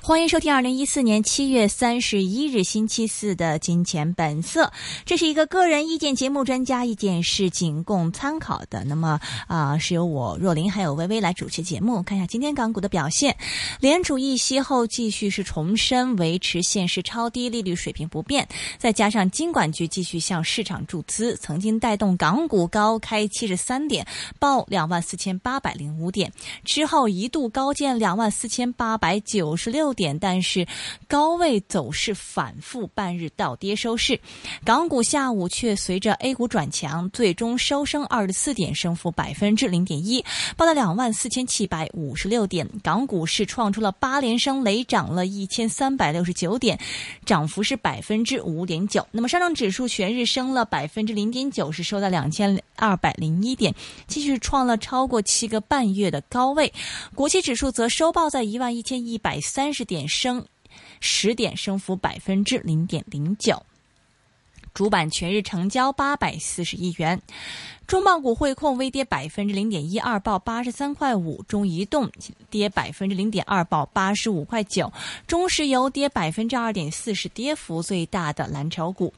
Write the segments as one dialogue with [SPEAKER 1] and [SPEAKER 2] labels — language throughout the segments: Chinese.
[SPEAKER 1] 欢迎收听二零一四年七月三十一日星期四的《金钱本色》，这是一个个人意见节目，专家意见是仅供参考的。那么啊、是由我若琳还有薇薇来主持节目。看一下今天港股的表现，联储议息后继续是重申维持现时超低利率水平不变，再加上金管局继续向市场注资，曾经带动港股高开七十三点，报两万四千八百零五点，之后一度高见两万四千八百九十六点，但是高位走势反复，半日倒跌收市。港股下午却随着 A 股转强，最终收升二十四点，升幅百分之零点一，报到两万四千七百五十六点。港股是创出了八连升，累涨了一千三百六十九点，涨幅是百分之五点九。那么上证指数全日升了百分之零点九，是收在两千二百零一点，继续创了超过七个半月的高位。国企指数则收报在一万一千一百三十点，升十点，升幅百分之零点零九。主板全日成交八百四十亿元。中报股汇控微跌百分之零点一二，报八十三块五；中移动跌百分之零点二，报八十五块九；中石油跌百分之二点四，是跌幅最大的蓝筹股。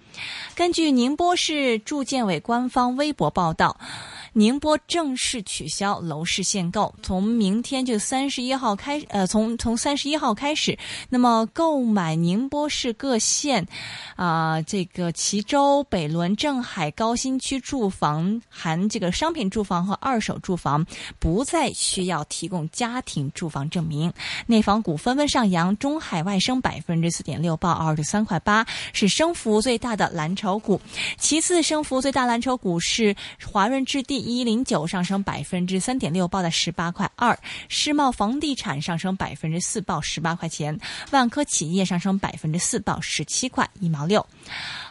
[SPEAKER 1] 根据宁波市住建委官方微博报道，宁波正式取消楼市限购，从明天就三十一号开，呃，从从三十一号开始，那么购买宁波市各县，啊、这个蘄州、北仑、镇海、高新区住房含这个商品住房和二手住房，不再需要提供家庭住房证明。内房股纷纷上扬，中海外升百分之四点六，报二十三块八，是升幅最大的蓝筹股。其次，升幅最大蓝筹股是华润置地一零九，上升百分之三点六，报在十八块二；世茂房地产上升百分之四，报十八块钱；万科企业上升百分之四，报十七块一毛六。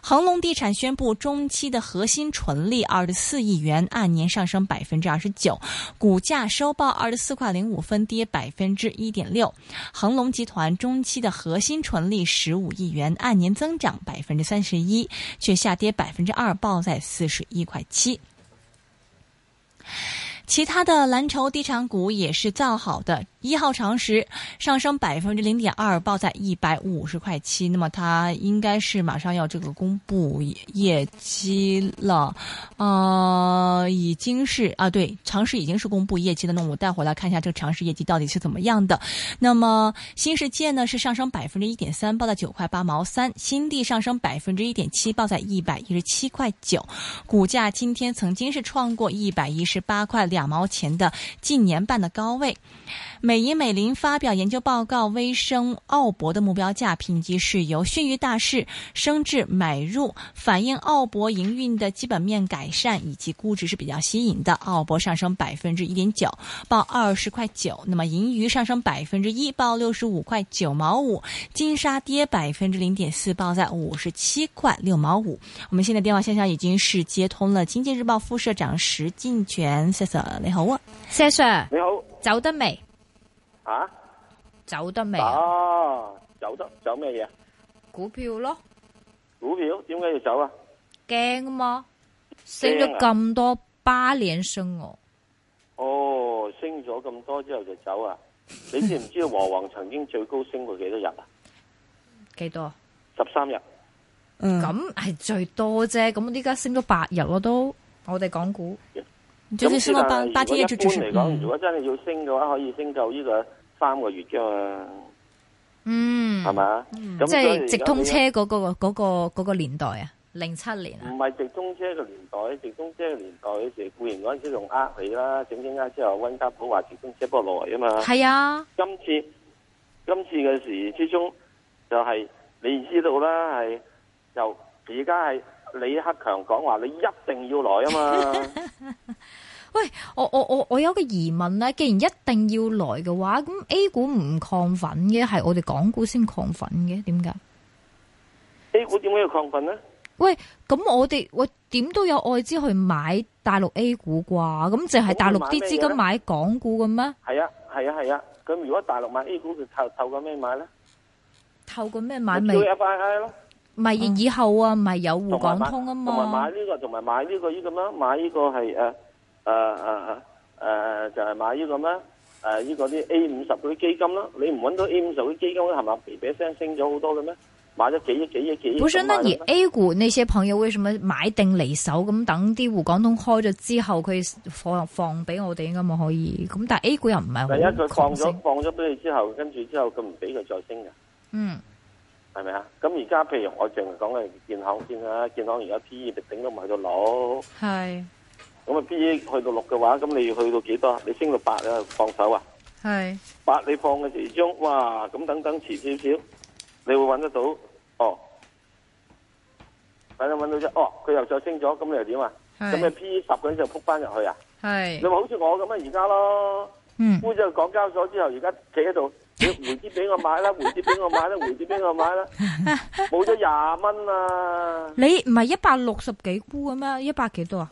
[SPEAKER 1] 恒隆地产宣布中期的核心纯利二十四亿元，按年上升百分之二十九，股价收报二十四块零五分，跌百分之一点六。恒隆集团中期的核心纯利十五亿元，按年增长百分之三十一，却下跌百分之二，报在四十一块七。其他的蓝筹地产股也是造好的。一号长实上升百分之零点二，报在一百五十块七。那么它应该是马上要这个公布业绩了，呃，已经是啊，对，长实已经是公布业绩的。那我待会儿来看一下这个长实业绩到底是怎么样的。那么新世界呢是上升百分之一点三，报在九块八毛三；新地上升百分之一点七，报在一百一十七块九。股价今天曾经是创过一百一十八块两毛钱的近年半的高位。美银美林发表研究报告，微升澳博的目标价评级是由逊于大市升至买入，反映澳博营运的基本面改善以及估值是比较吸引的。澳博上升百分之一点九，报二十块九；那么银娱上升百分之一，报六十五块九毛五；金沙跌百分之零点四，报在五十七块六毛五。我们现在电话线上已经是接通了《经济日报》副社长石进全 s i r 你好啊。
[SPEAKER 2] 石 Sir
[SPEAKER 3] 你好，
[SPEAKER 2] 走得未？
[SPEAKER 3] 啊，
[SPEAKER 2] 走得未啊？
[SPEAKER 3] 啊，走得走咩嘢？
[SPEAKER 2] 股票咯，
[SPEAKER 3] 股票點解要走啊？
[SPEAKER 2] 驚啊嘛！升咗咁多八連升我，
[SPEAKER 3] 哦，升咗咁多之後就走 啊？你知唔知道和黃曾經最高升過幾多日啊？
[SPEAKER 2] 幾多？
[SPEAKER 3] 十三日。
[SPEAKER 1] 嗯
[SPEAKER 2] 咁係最多啫。咁呢家升咗八日咯都，我哋港股
[SPEAKER 1] 就是升了八
[SPEAKER 3] 咁
[SPEAKER 1] 八天，也就只
[SPEAKER 3] 一般
[SPEAKER 1] 是
[SPEAKER 3] 嚟講，
[SPEAKER 1] 嗯
[SPEAKER 3] 如果真係要升嘅話，可以升到呢個三個月啫嘛，
[SPEAKER 2] 嗯
[SPEAKER 3] 係，嘛？咁
[SPEAKER 2] 即
[SPEAKER 3] 所以而家
[SPEAKER 2] 係直通車嗰、個嗰、個嗰、個年代啊，零七年啊，
[SPEAKER 3] 唔係直通車嘅年代，直通車嘅年代嗰時固然嗰陣時仲呃你啦，整整呃之後，温家寶話直通車不過來啊嘛。
[SPEAKER 2] 係啊，
[SPEAKER 3] 今次今次嘅事之中，就係、你知道啦，係由而家係李克強講話，你一定要來啊嘛。
[SPEAKER 2] 我我我我有個疑問咧，既然一定要來嘅話，咁 A 股唔亢奮嘅，係我哋港股先亢奮嘅，點解？
[SPEAKER 3] A 股點解要亢奮呢？
[SPEAKER 2] 喂，咁我哋喂點都有外資去買大陸 A 股啩？咁淨係大陸啲資金買港股嘅咩？
[SPEAKER 3] 係啊，係啊，係啊。咁如果大陸買 A 股，佢透透過咩買呢？
[SPEAKER 2] 透過咩買咪
[SPEAKER 3] QFII 咯，
[SPEAKER 2] 咪以後啊，咪有滬
[SPEAKER 3] 同埋
[SPEAKER 2] 港
[SPEAKER 3] 買
[SPEAKER 2] 通啊
[SPEAKER 3] 同埋買
[SPEAKER 2] 嘛？
[SPEAKER 3] 呢、個，同埋買呢、個呢個咩？買呢個係誒誒誒誒誒，就係、買呢個咩？诶呢個啲 A 五十嗰啲基金啦，你唔揾到 A 五十嗰啲基金係咪皮皮聲升咗好多嘅咩？買咗幾億、幾億、幾億咁買嘅咩。
[SPEAKER 2] 不是，那你 A 股那些朋友為什麼買定離手咁等啲滬港通開咗之後，佢放放俾我哋應該咪可以？咁但系 A 股又唔係
[SPEAKER 3] 第一
[SPEAKER 2] 好
[SPEAKER 3] 佢放
[SPEAKER 2] 狂
[SPEAKER 3] 咗
[SPEAKER 2] 升，
[SPEAKER 3] 放咗俾你之後，跟住之後佢唔俾佢再升嘅，
[SPEAKER 2] 嗯
[SPEAKER 3] 係咪啊？咁而家譬如我淨係講嘅健康先啦，健康而家 P E 頂都唔去到六，
[SPEAKER 2] 係
[SPEAKER 3] 咁啊 P E 去到六嘅話，咁你要去到幾多？你升到八啊，放手啊！
[SPEAKER 2] 係
[SPEAKER 3] 八你放嘅時鐘，哇！咁等等遲少少，你會揾得到哦。等等揾到啫，哦，佢又再升咗，咁你又點啊？咁你 P 十嗰啲就撲翻入去啊！你
[SPEAKER 2] 係
[SPEAKER 3] 咪好似我咁啊，而家咯，
[SPEAKER 2] 嗯
[SPEAKER 3] 沽咗港交所之後，而家企喺度，你回啲俾我買啦，回啲俾我買啦，回啲俾 我買啦，冇咗廿蚊啊！
[SPEAKER 2] 你唔係一百六十幾股嘅咩？一百幾多啊？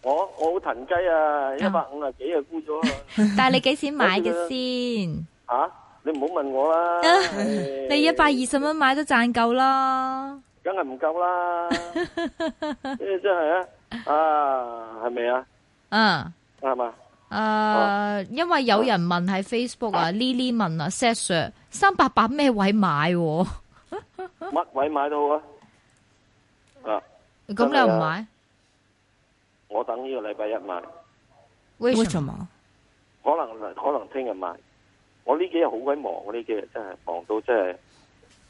[SPEAKER 3] 我我好騰雞啊，一百五啊幾啊沽咗啊！
[SPEAKER 2] 但係你幾錢買嘅
[SPEAKER 3] 我
[SPEAKER 2] 先？
[SPEAKER 3] 嚇、你唔好問我啦，
[SPEAKER 2] 你一百二十蚊買都賺夠啦。
[SPEAKER 3] 梗係唔 夠啦，誒真係啊，啊係咪啊？
[SPEAKER 2] 嗯。
[SPEAKER 3] 係嘛？
[SPEAKER 2] 诶、啊因為有人問喺 Facebook 啊，Lily 問啊，Set Sir 三百八咩位買喎？
[SPEAKER 3] 乜位買到啊？啊！
[SPEAKER 2] 咁你又唔買？
[SPEAKER 3] 我等呢個禮拜一買，
[SPEAKER 2] 為
[SPEAKER 1] 为
[SPEAKER 2] 什
[SPEAKER 1] 什
[SPEAKER 2] 麼？
[SPEAKER 1] 么？
[SPEAKER 3] 可能可能聽日買。我呢幾日好鬼忙，我呢幾日真係忙到真係、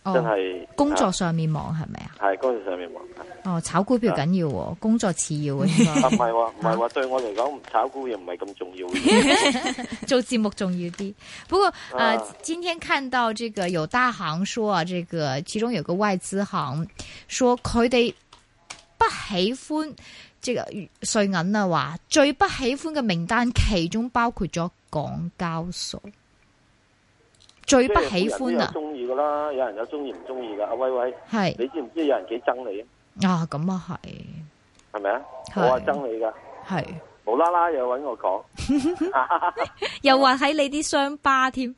[SPEAKER 3] 真
[SPEAKER 2] 哦，
[SPEAKER 3] 係
[SPEAKER 2] 工作上面忙係咪啊？
[SPEAKER 3] 係工作上 面忙。啊
[SPEAKER 2] 哦，炒股票緊要喎，工作次要嘅應
[SPEAKER 3] 啊唔
[SPEAKER 2] 該，
[SPEAKER 3] 係喎，唔係喎，對我嚟講，炒股又唔係咁重要嘅。
[SPEAKER 2] 做節目重要啲。不過呃
[SPEAKER 3] 啊，
[SPEAKER 2] 今天看到這個有大行說啊，這個其中有個外資行說佢哋不喜歡即個瑞銀啊，話最不喜歡嘅名單其中包括咗港交所，最不喜歡
[SPEAKER 3] 啊！
[SPEAKER 2] 啊，
[SPEAKER 3] 中意噶啦，有人有中意唔中意噶。阿威威，
[SPEAKER 2] 係
[SPEAKER 3] 你知唔知有人幾憎你啊？
[SPEAKER 2] 啊，咁啊係
[SPEAKER 3] 係咪啊？我
[SPEAKER 2] 係
[SPEAKER 3] 話憎你噶，
[SPEAKER 2] 係，
[SPEAKER 3] 無啦啦又揾我講，
[SPEAKER 2] 又話喺你啲傷疤添，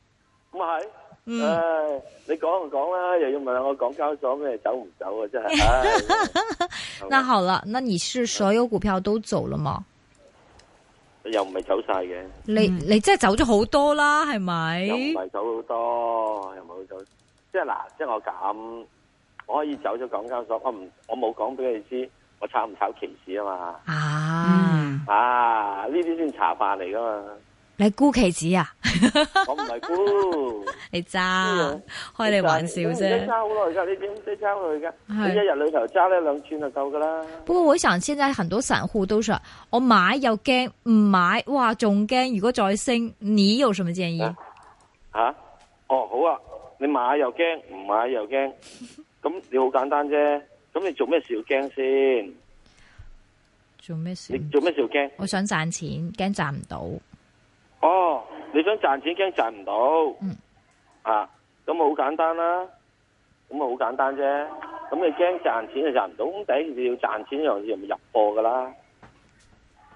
[SPEAKER 3] 咁啊係。
[SPEAKER 2] 嗯。
[SPEAKER 3] 唉，你講就講啦，又要問下我港交所咩走唔走啊？真 係，唉，
[SPEAKER 2] 那好了，那你是所有股票都走了嗎？
[SPEAKER 3] 又唔係走晒嘅，
[SPEAKER 2] 你、
[SPEAKER 1] 嗯
[SPEAKER 2] 你真係走咗好多啦，係咪
[SPEAKER 3] 又？唔係走好多，又唔係好走。即係嗱，即係我咁，我可以走咗港交所，我唔，我冇講俾你知，我炒唔炒期市啊嘛。
[SPEAKER 2] 啊，
[SPEAKER 1] 嗯，
[SPEAKER 3] 啊，呢啲先茶飯嚟噶 嘛，
[SPEAKER 2] 你沽期指啊？
[SPEAKER 3] 我唔係沽，
[SPEAKER 2] 你
[SPEAKER 3] 呢
[SPEAKER 2] 揸
[SPEAKER 3] 個
[SPEAKER 2] 開你玩笑
[SPEAKER 3] 啊你
[SPEAKER 2] 啫。
[SPEAKER 3] 真係揸好耐㗎，你點知揸好耐㗎？
[SPEAKER 2] 係
[SPEAKER 3] 你一日裏頭揸呢兩串就夠㗎啦。
[SPEAKER 2] 不過我想現在很多散戶都是，我買又驚，唔買哇仲驚。如果再升，你有什麼建議
[SPEAKER 3] 啊？吓、哦，好啊！你買又驚，唔買又 驚，咁你好簡單啫。咁你做咩事要驚
[SPEAKER 2] 嗯
[SPEAKER 3] 先？
[SPEAKER 2] 做咩
[SPEAKER 3] 你
[SPEAKER 2] 事？
[SPEAKER 3] 做咩事要驚？
[SPEAKER 2] 我想賺錢，驚賺唔到。
[SPEAKER 3] 哦，你想賺錢驚賺唔到，
[SPEAKER 2] 嗯
[SPEAKER 3] 啊，咁咪好簡單啦。咁咪好簡單啫。咁你驚賺錢就賺唔到，咁第一件事要賺錢呢樣嘢咪入貨噶啦，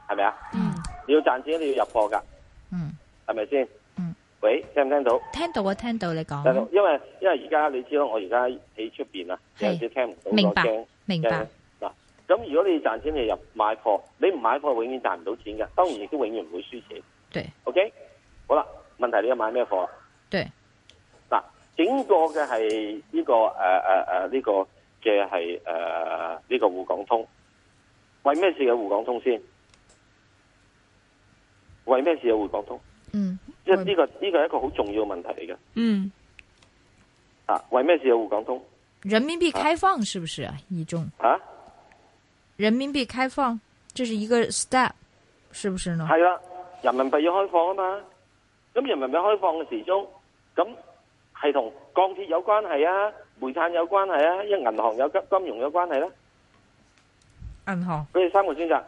[SPEAKER 3] 係咪啊？
[SPEAKER 2] 嗯
[SPEAKER 3] 你要賺錢你要入貨噶，
[SPEAKER 2] 嗯，
[SPEAKER 3] 係咪先？
[SPEAKER 2] 嗯
[SPEAKER 3] 喂，聽唔聽到？
[SPEAKER 2] 聽到啊，聽到你
[SPEAKER 3] 聽到
[SPEAKER 2] 講，，
[SPEAKER 3] 因為因為而家你知道我而家喺出邊啊，有
[SPEAKER 2] 係
[SPEAKER 3] 啲聽唔到
[SPEAKER 2] 明
[SPEAKER 3] 我
[SPEAKER 2] 白
[SPEAKER 3] 驚。啊
[SPEAKER 2] 明
[SPEAKER 3] 嘅
[SPEAKER 2] 白。
[SPEAKER 3] 嗱，咁如果你賺錢，你入買貨，你唔買貨永遠賺唔到錢嘅，當然亦都永遠唔會輸錢。
[SPEAKER 2] 對
[SPEAKER 3] OK，好啦，問題你要買咩貨啦？
[SPEAKER 2] 對，
[SPEAKER 3] 嗱，整個嘅係呢個誒誒誒呢個嘅係誒呢個滬港通，為咩事嘅滬港通先？為咩事嘅滬港通？
[SPEAKER 2] 嗯，
[SPEAKER 3] 即係
[SPEAKER 2] 為
[SPEAKER 3] 呢個呢個係一個好重要嘅問題嚟嘅。
[SPEAKER 1] 嗯，
[SPEAKER 3] 啊，為咩事嘅滬港通？
[SPEAKER 2] 人民幣開放是不是啊？一中？
[SPEAKER 3] 啊，
[SPEAKER 2] 人民币开放，这是一个 step，是不是呢？
[SPEAKER 3] 係啦，人民幣要開放啊嘛。咁人民幣開放嘅時鐘，咁係同鋼鐵有關係啊，煤炭有關係啊，因為銀行有金金融有關係啦、
[SPEAKER 2] 銀行，
[SPEAKER 3] 佢哋三個選擇，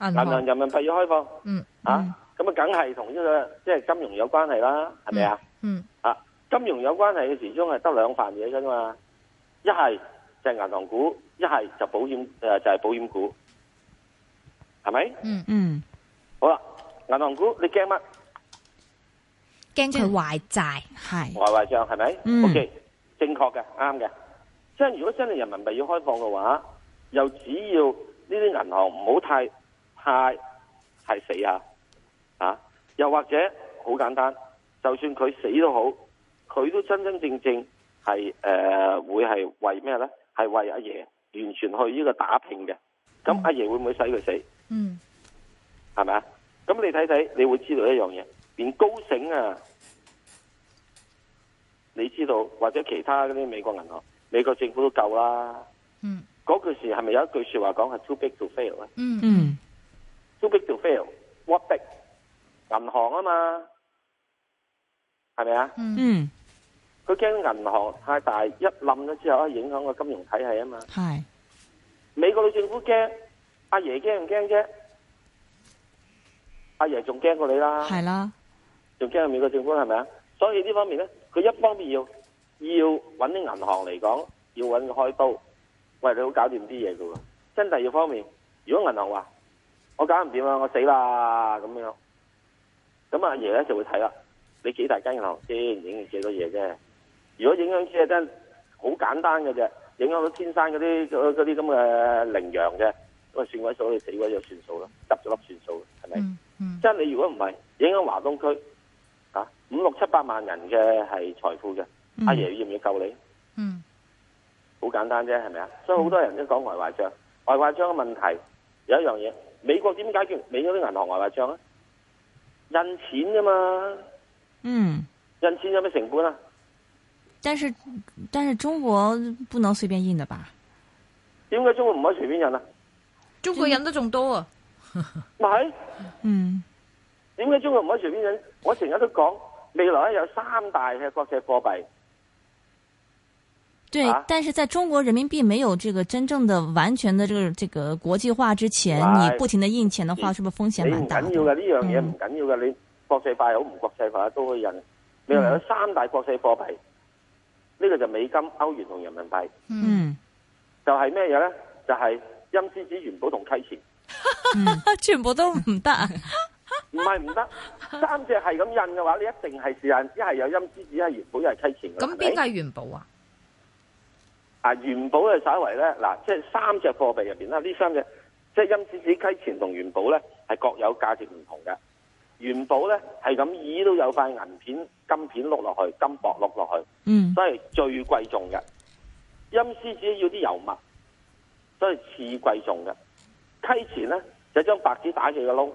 [SPEAKER 2] 銀
[SPEAKER 3] 銀行
[SPEAKER 2] 行，
[SPEAKER 3] 人民幣要開放
[SPEAKER 2] 嗯，
[SPEAKER 3] 啊，咁啊梗係同呢個即係金融有關係啦，係咪啊？
[SPEAKER 2] 嗯，
[SPEAKER 3] 啊，金融有關係嘅時鐘係得兩份嘢啫嘛，一係就係銀行股，一係就保險誒、呃就係、保險股，係咪？
[SPEAKER 1] 嗯，
[SPEAKER 3] 好啦，銀行股你驚乜？
[SPEAKER 2] 驚佢壞債，
[SPEAKER 1] 系，
[SPEAKER 3] 外壞帳係咪、
[SPEAKER 1] 嗯
[SPEAKER 3] o k 正確嘅，啱嘅。即係如果真係人民幣要開放嘅話，又只要呢啲銀行唔好太太太死啊，啊，又或者好簡單，就算佢死都好，佢都真真正正係誒、呃、會係為咩呢？係為阿爺完全去呢個打拼嘅。
[SPEAKER 1] 嗯
[SPEAKER 3] 咁阿爺會唔會使佢死？
[SPEAKER 2] 嗯
[SPEAKER 3] 係咪啊？咁你睇睇，你會知道一樣嘢，連高盛啊，你知道或者其他嗰啲美國銀行、美國政府都夠啦。
[SPEAKER 2] 嗯
[SPEAKER 3] 嗰句時係咪有一句説話講係 too big to fail 咧
[SPEAKER 2] 嗯
[SPEAKER 1] 嗯
[SPEAKER 3] ？too big to fail，what big？銀行啊嘛，係咪啊？
[SPEAKER 2] 嗯
[SPEAKER 1] 嗯，
[SPEAKER 3] 佢驚銀行太大一冧咗之後，啊影響個金融體系啊嘛。
[SPEAKER 1] 係
[SPEAKER 3] 美國嘅政府驚，阿爺驚唔驚啫？阿爺仲驚過你啦。
[SPEAKER 1] 係啊啦，
[SPEAKER 3] 仲驚係美國政府係咪啊？所以呢方面咧，佢一方面要要揾啲銀行嚟講，要揾佢開刀，喂你好搞掂啲嘢嘅喎。真第二方面，如果銀行話我搞唔掂啊，我死啦咁樣，咁阿爺咧就會睇啦，你幾大間銀行先影響幾多嘢啫？如果影響只係真好簡單嘅啫，影響到天山嗰啲嗰嗰啲咁嘅羚羊嘅，咁啊算鬼數你死鬼就算數啦，執咗粒算數啦，係咪？
[SPEAKER 2] 嗯嗯
[SPEAKER 3] 即係你如果唔係影響華東區啊五六七百萬人嘅係財富嘅，
[SPEAKER 1] 嗯
[SPEAKER 3] 阿爺要唔要救你？
[SPEAKER 2] 嗯
[SPEAKER 3] 好簡單啫，係咪啊？所以好多人都講外壞帳，外壞帳嘅問題有一樣嘢，美國點解決美國啲銀行外壞帳啊？印錢啫嘛，
[SPEAKER 1] 嗯，
[SPEAKER 3] 印錢有咩成本啊？
[SPEAKER 1] 但是但是中國不能隨便印的吧？
[SPEAKER 3] 點解中國唔可以隨便印啊？
[SPEAKER 2] 中國人都仲多啊，
[SPEAKER 3] 咪係
[SPEAKER 1] 嗯
[SPEAKER 3] 點解中國唔可以隨便印？我成日都講未來有三大嘅國際貨幣。，
[SPEAKER 1] 对，
[SPEAKER 3] 啊
[SPEAKER 1] 但是在中国人民币没有这个真正的完全的这个这个国际化之前，
[SPEAKER 3] 哎
[SPEAKER 1] 你不停的印钱的话，
[SPEAKER 3] 你
[SPEAKER 1] 是不是风险
[SPEAKER 3] 你
[SPEAKER 1] 蛮
[SPEAKER 3] 唔
[SPEAKER 1] 大
[SPEAKER 3] 緊
[SPEAKER 1] 的？
[SPEAKER 3] 要嘅呢樣嘢
[SPEAKER 1] 嗯
[SPEAKER 3] 唔緊要嘅，你國際化又好唔國際化都可以印。你話有三大國際貨幣，呢、個就美金、歐元同人民幣，
[SPEAKER 2] 嗯
[SPEAKER 1] 嗯
[SPEAKER 3] 就係咩嘢咧？就係陰司紙、元寶同溪錢，
[SPEAKER 1] 嗯，全部都唔得。
[SPEAKER 3] 唔係唔得，三隻係咁印嘅話，你一定係是但一係有陰司紙，一係元寶，一係溪錢㗎啦。
[SPEAKER 2] 咁
[SPEAKER 3] 係咪
[SPEAKER 2] 邊個係元寶啊？
[SPEAKER 3] 啊，元寶嘅稍為咧，嗱，即係三隻貨幣入邊啦，呢三隻即係陰子子、溪錢同元寶咧，係各有價值唔同嘅。元寶咧係咁，耳都有塊銀片、金片碌落去，金箔碌落去，
[SPEAKER 1] 嗯
[SPEAKER 3] 所以最貴重嘅。陰絲紙要啲油墨，所以次貴重嘅。溪錢咧就將白紙打佢個窿，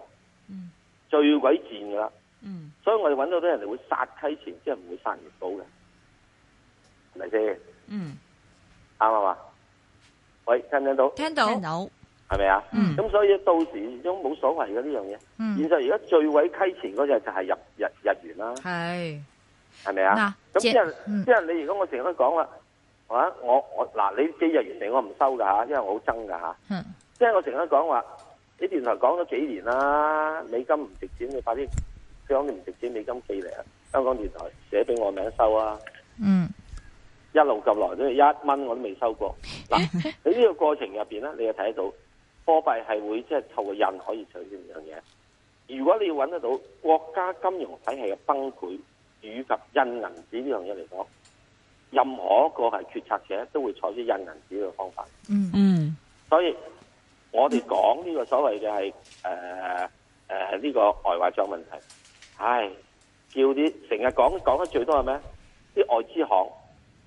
[SPEAKER 1] 嗯
[SPEAKER 3] 最鬼賤噶啦。
[SPEAKER 1] 嗯
[SPEAKER 3] 所以我哋揾到啲人哋會殺溪錢，即係唔會殺元寶嘅，係咪先？
[SPEAKER 1] 嗯，
[SPEAKER 3] 啱啊嘛？喂，聽唔聽到？
[SPEAKER 2] 聽到
[SPEAKER 1] 聽到。
[SPEAKER 3] 係咪啊？
[SPEAKER 1] 嗯
[SPEAKER 3] 咁所以到時始終冇所謂嘅呢樣嘢。
[SPEAKER 2] 嗯
[SPEAKER 3] 現在而家最位溪前嗰隻就係日日日元啦，
[SPEAKER 2] 係
[SPEAKER 3] 係咪啊？
[SPEAKER 2] 嗱，
[SPEAKER 3] 咁
[SPEAKER 2] 借
[SPEAKER 3] 即係
[SPEAKER 2] 嗯
[SPEAKER 3] 即係你如果我成日都講啦，啊，我我嗱你寄日元嚟我唔收㗎嚇，因為我好憎㗎嚇。
[SPEAKER 2] 嗯
[SPEAKER 3] 即係我成日都講話，你電台講咗幾年啦，美金唔值錢，你快啲香港你唔值錢，美金寄嚟啊！香港電台寫俾我名收啊！
[SPEAKER 2] 嗯
[SPEAKER 3] 一路咁耐都係一蚊我都未收過。嗱，你呢個過程入邊咧，你就睇得到貨幣係會即係透過印可以取呢樣嘢。如果你要揾得到國家金融體系嘅崩潰，以及印銀紙呢樣嘢嚟講，任何一個係決策者都會採取印銀紙呢個方法。
[SPEAKER 2] 嗯
[SPEAKER 1] 嗯
[SPEAKER 3] 所以我哋講呢個所謂嘅係誒誒呢個外壞帳問題，唉，叫啲成日講講得最多係咩？啲外資行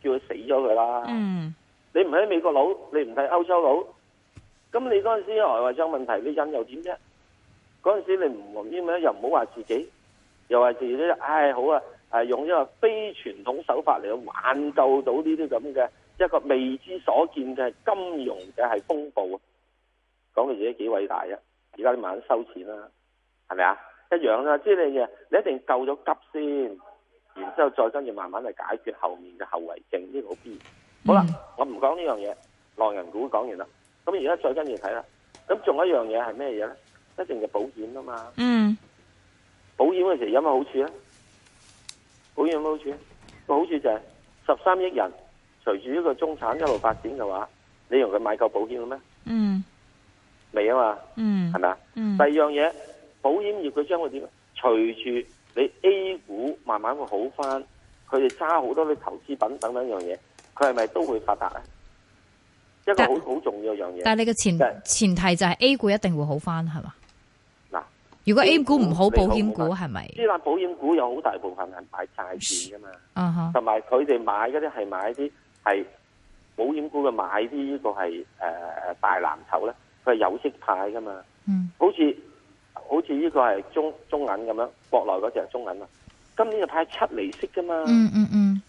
[SPEAKER 3] 叫佢死咗佢啦。
[SPEAKER 1] 嗯
[SPEAKER 3] 你唔睇美國佬，你唔睇歐洲佬，咁你嗰陣時外圍商問題，你引又點啫？嗰陣時你唔知咩，又唔好話自己，又話自己咧，唉好啊，誒用一個非傳統手法嚟去挽救到呢啲咁嘅一個未知所見嘅金融嘅係風暴啊！講到自己幾偉大啫，而家你慢慢收錢啦，係咪啊？一樣啦，即係你嘅，你一定救咗急先，然之後再跟住慢慢嚟解決後面嘅後遺症，呢個好必然。好啦，我唔講呢樣嘢，內銀股講完啦。咁而家再跟住睇啦。咁仲有一樣嘢係咩嘢咧？一定係保險啊嘛。
[SPEAKER 1] 嗯
[SPEAKER 3] 保險嘅時候有乜好處咧？啊保險有乜好處呢？個好處就係十三億人隨住呢個中產一路發展嘅話，你用佢買夠保險嘅咩？
[SPEAKER 1] 嗯
[SPEAKER 3] 未啊嘛，
[SPEAKER 1] 嗯
[SPEAKER 3] 係咪啊？
[SPEAKER 1] 嗯
[SPEAKER 3] 第二樣嘢，保險業佢將會點？啊隨住你 A 股慢慢會好翻，佢哋揸好多啲投資品等等樣嘢，佢係咪都會發達咧？一個
[SPEAKER 2] 但
[SPEAKER 3] 好好重要嘅樣嘢。
[SPEAKER 2] 但係你嘅前
[SPEAKER 3] 即係
[SPEAKER 2] 前提就係 A 股一定會好翻係嘛？
[SPEAKER 3] 嗱，
[SPEAKER 2] 如果 A 股唔好，
[SPEAKER 3] 你好
[SPEAKER 2] 保險股
[SPEAKER 3] 冇
[SPEAKER 2] 係咪？
[SPEAKER 3] 資產保險股有好大部分係買債券噶嘛，
[SPEAKER 2] 啊哈，
[SPEAKER 3] 同埋佢哋買嗰啲係買啲係保險股嘅買啲呢個係誒誒大藍籌咧，佢係有息派噶嘛。
[SPEAKER 2] 嗯
[SPEAKER 3] 好似好似呢個係中中銀咁樣，國內嗰隻係中銀啊，今年就派七厘息噶嘛。
[SPEAKER 2] 嗯嗯嗯，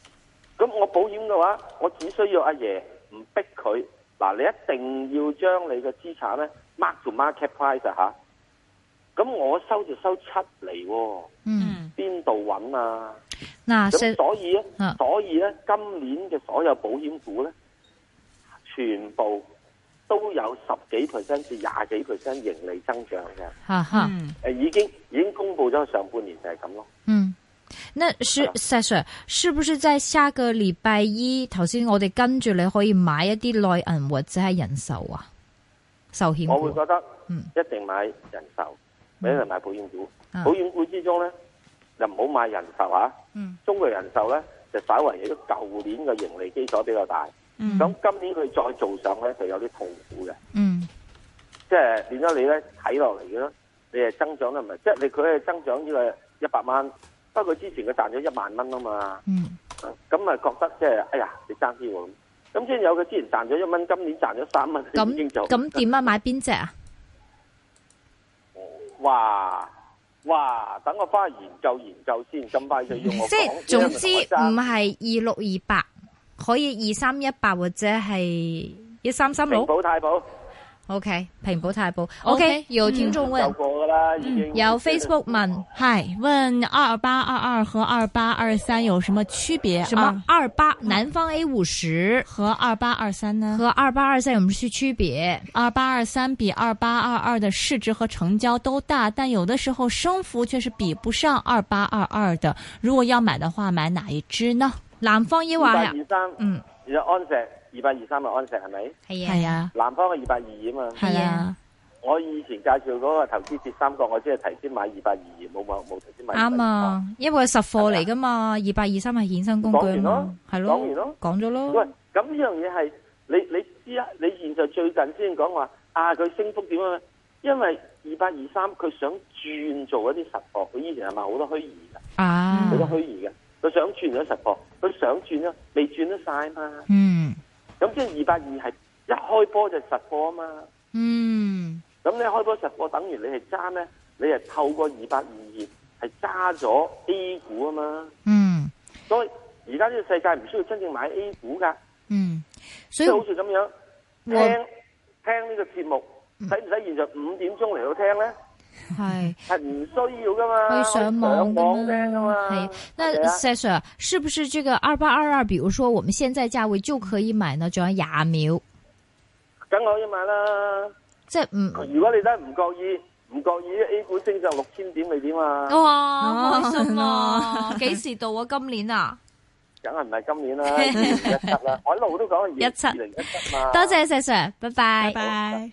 [SPEAKER 3] 咁我保險嘅話，我只需要阿爺唔逼佢，嗱你一定要將你嘅資產咧 mark to market price 啊嚇。咁我收就收七厘喎，
[SPEAKER 2] 嗯，
[SPEAKER 1] 嗯
[SPEAKER 3] 邊度揾啊？
[SPEAKER 2] 嗱，
[SPEAKER 3] 咁
[SPEAKER 2] 石
[SPEAKER 3] 所以咧
[SPEAKER 2] 啊，
[SPEAKER 3] 所以咧，今年嘅所有保險股咧，全部都有十幾 percent 至廿幾 percent 盈利增長嘅。
[SPEAKER 2] 哈哈，
[SPEAKER 1] 嗯
[SPEAKER 3] 誒已經已經公布咗上半年就係咁咯。
[SPEAKER 2] 嗯，那是石 Sir，是不是在下個禮拜一頭先我哋跟住你可以買一啲內銀或者係人壽啊，壽險
[SPEAKER 3] 我會
[SPEAKER 2] 股
[SPEAKER 3] 覺得
[SPEAKER 2] 嗯
[SPEAKER 3] 一定買人壽，一定買保險股。
[SPEAKER 2] 啊
[SPEAKER 3] 保，險股之中咧，就唔好買人壽啊。
[SPEAKER 2] 嗯
[SPEAKER 3] 中國人壽咧就稍為亦都舊年嘅盈利基礎比較大，
[SPEAKER 1] 嗯
[SPEAKER 3] 咁今年佢再做上咧就有啲痛苦嘅，
[SPEAKER 2] 嗯
[SPEAKER 3] 即係變咗你咧睇落嚟嘅咯，你係增長得唔係？即係你佢係增長呢個一百蚊，不過之前佢賺咗一萬蚊啊嘛。
[SPEAKER 2] 嗯
[SPEAKER 3] 咁咪覺得即係哎呀，你爭啲喎咁。咁先有佢之前賺咗一蚊，今年賺咗三蚊，已經
[SPEAKER 2] 咁
[SPEAKER 3] 就
[SPEAKER 2] 咁點啊？買邊隻啊？
[SPEAKER 3] 哇哇！等我翻去研究研究先，咁快就要我
[SPEAKER 2] 即係
[SPEAKER 3] 講。啊
[SPEAKER 2] 總
[SPEAKER 3] 因為
[SPEAKER 2] 之
[SPEAKER 3] 我
[SPEAKER 2] 唔
[SPEAKER 3] 爭
[SPEAKER 2] 係二六二八，可以二三一八或者係一三三
[SPEAKER 3] 平
[SPEAKER 2] 六。
[SPEAKER 3] 保太保嗯
[SPEAKER 2] OK，平保太保。
[SPEAKER 1] OK，
[SPEAKER 2] OK，有聽眾
[SPEAKER 3] 有
[SPEAKER 2] 問，
[SPEAKER 3] 過噶啦，已
[SPEAKER 2] 嗯
[SPEAKER 3] 經
[SPEAKER 2] 有 Facebook 問
[SPEAKER 1] 嗨，問二八二二和二八二三有什么区别？
[SPEAKER 2] 什麼二八南方 A 五
[SPEAKER 1] 二
[SPEAKER 2] 十
[SPEAKER 1] 和二八二三呢？
[SPEAKER 2] 和二八二三有冇區區別？
[SPEAKER 1] 二八二三比二八二二的市值和成交都大，但有的时候升幅却是比不上二八二二的。如果要买的话，买哪一只呢？
[SPEAKER 2] 南方抑
[SPEAKER 3] 二
[SPEAKER 2] 或
[SPEAKER 3] 八
[SPEAKER 2] 係
[SPEAKER 3] 二三，
[SPEAKER 2] 嗯
[SPEAKER 3] 而家安石二八二三係安石係咪？
[SPEAKER 1] 系
[SPEAKER 2] 係啊
[SPEAKER 1] 呀，
[SPEAKER 3] 南方嘅二八二啊嘛，
[SPEAKER 1] 系呀，
[SPEAKER 3] 我以前介紹嗰個投資跌三角，我只係提先買二八二二，冇冇冇提先買。
[SPEAKER 2] 啱！
[SPEAKER 3] 哦
[SPEAKER 2] 啊，因為佢實貨嚟噶嘛，二八二三係衍生工具啊嘛，係
[SPEAKER 3] 講完咯
[SPEAKER 2] 咯，講咗
[SPEAKER 3] 喂
[SPEAKER 2] 咯，，
[SPEAKER 3] 咁呢樣嘢係你你知啊？你現在最近先講話啊，佢升幅點樣？因為二八二三佢想轉做一啲實貨，佢以前係賣好多虛擬嘅，
[SPEAKER 2] 啊
[SPEAKER 3] 好，多虛擬嘅，佢想轉咗實貨，佢想轉咧，未轉得晒嘛。
[SPEAKER 2] 嗯
[SPEAKER 3] 咁即係二八二係一開波就實貨啊嘛。
[SPEAKER 2] 嗯
[SPEAKER 3] 咁你開波實貨，等於你係揸咩？你係透過二八二二係揸咗 A 股啊嘛。
[SPEAKER 2] 嗯
[SPEAKER 3] 所以而家呢個世界唔需要真正買 A 股㗎，
[SPEAKER 2] 嗯，所
[SPEAKER 3] 即
[SPEAKER 2] 以
[SPEAKER 3] 係好似咁樣聽
[SPEAKER 2] 我
[SPEAKER 3] 聽呢個節目，
[SPEAKER 2] 嗯
[SPEAKER 3] 使唔使現在五點鐘嚟到聽咧？
[SPEAKER 2] 係。
[SPEAKER 3] 係唔需要噶嘛，
[SPEAKER 2] 可以上網
[SPEAKER 3] 可
[SPEAKER 2] 㗎
[SPEAKER 3] 以上網聽噶啊
[SPEAKER 2] 嘛？
[SPEAKER 3] 嘛。係
[SPEAKER 2] 那
[SPEAKER 3] 啊
[SPEAKER 2] s Sir 是不是這個二八二二，比如說我們現在價位就可以買呢？仲有廿秒，
[SPEAKER 3] 梗可以買啦。
[SPEAKER 2] 即係嗯唔
[SPEAKER 3] 如果你真係唔覺意，唔覺意 A 股升上六千點，你點啊？
[SPEAKER 2] 哦哇
[SPEAKER 1] 開心 啊！
[SPEAKER 2] 幾時到啊？今年啊？
[SPEAKER 3] 梗係唔係今年啦，二零一七啦，我一路都講係
[SPEAKER 2] 一七
[SPEAKER 3] 二零一七嘛。
[SPEAKER 2] 多謝 s Sir，拜拜
[SPEAKER 1] 拜。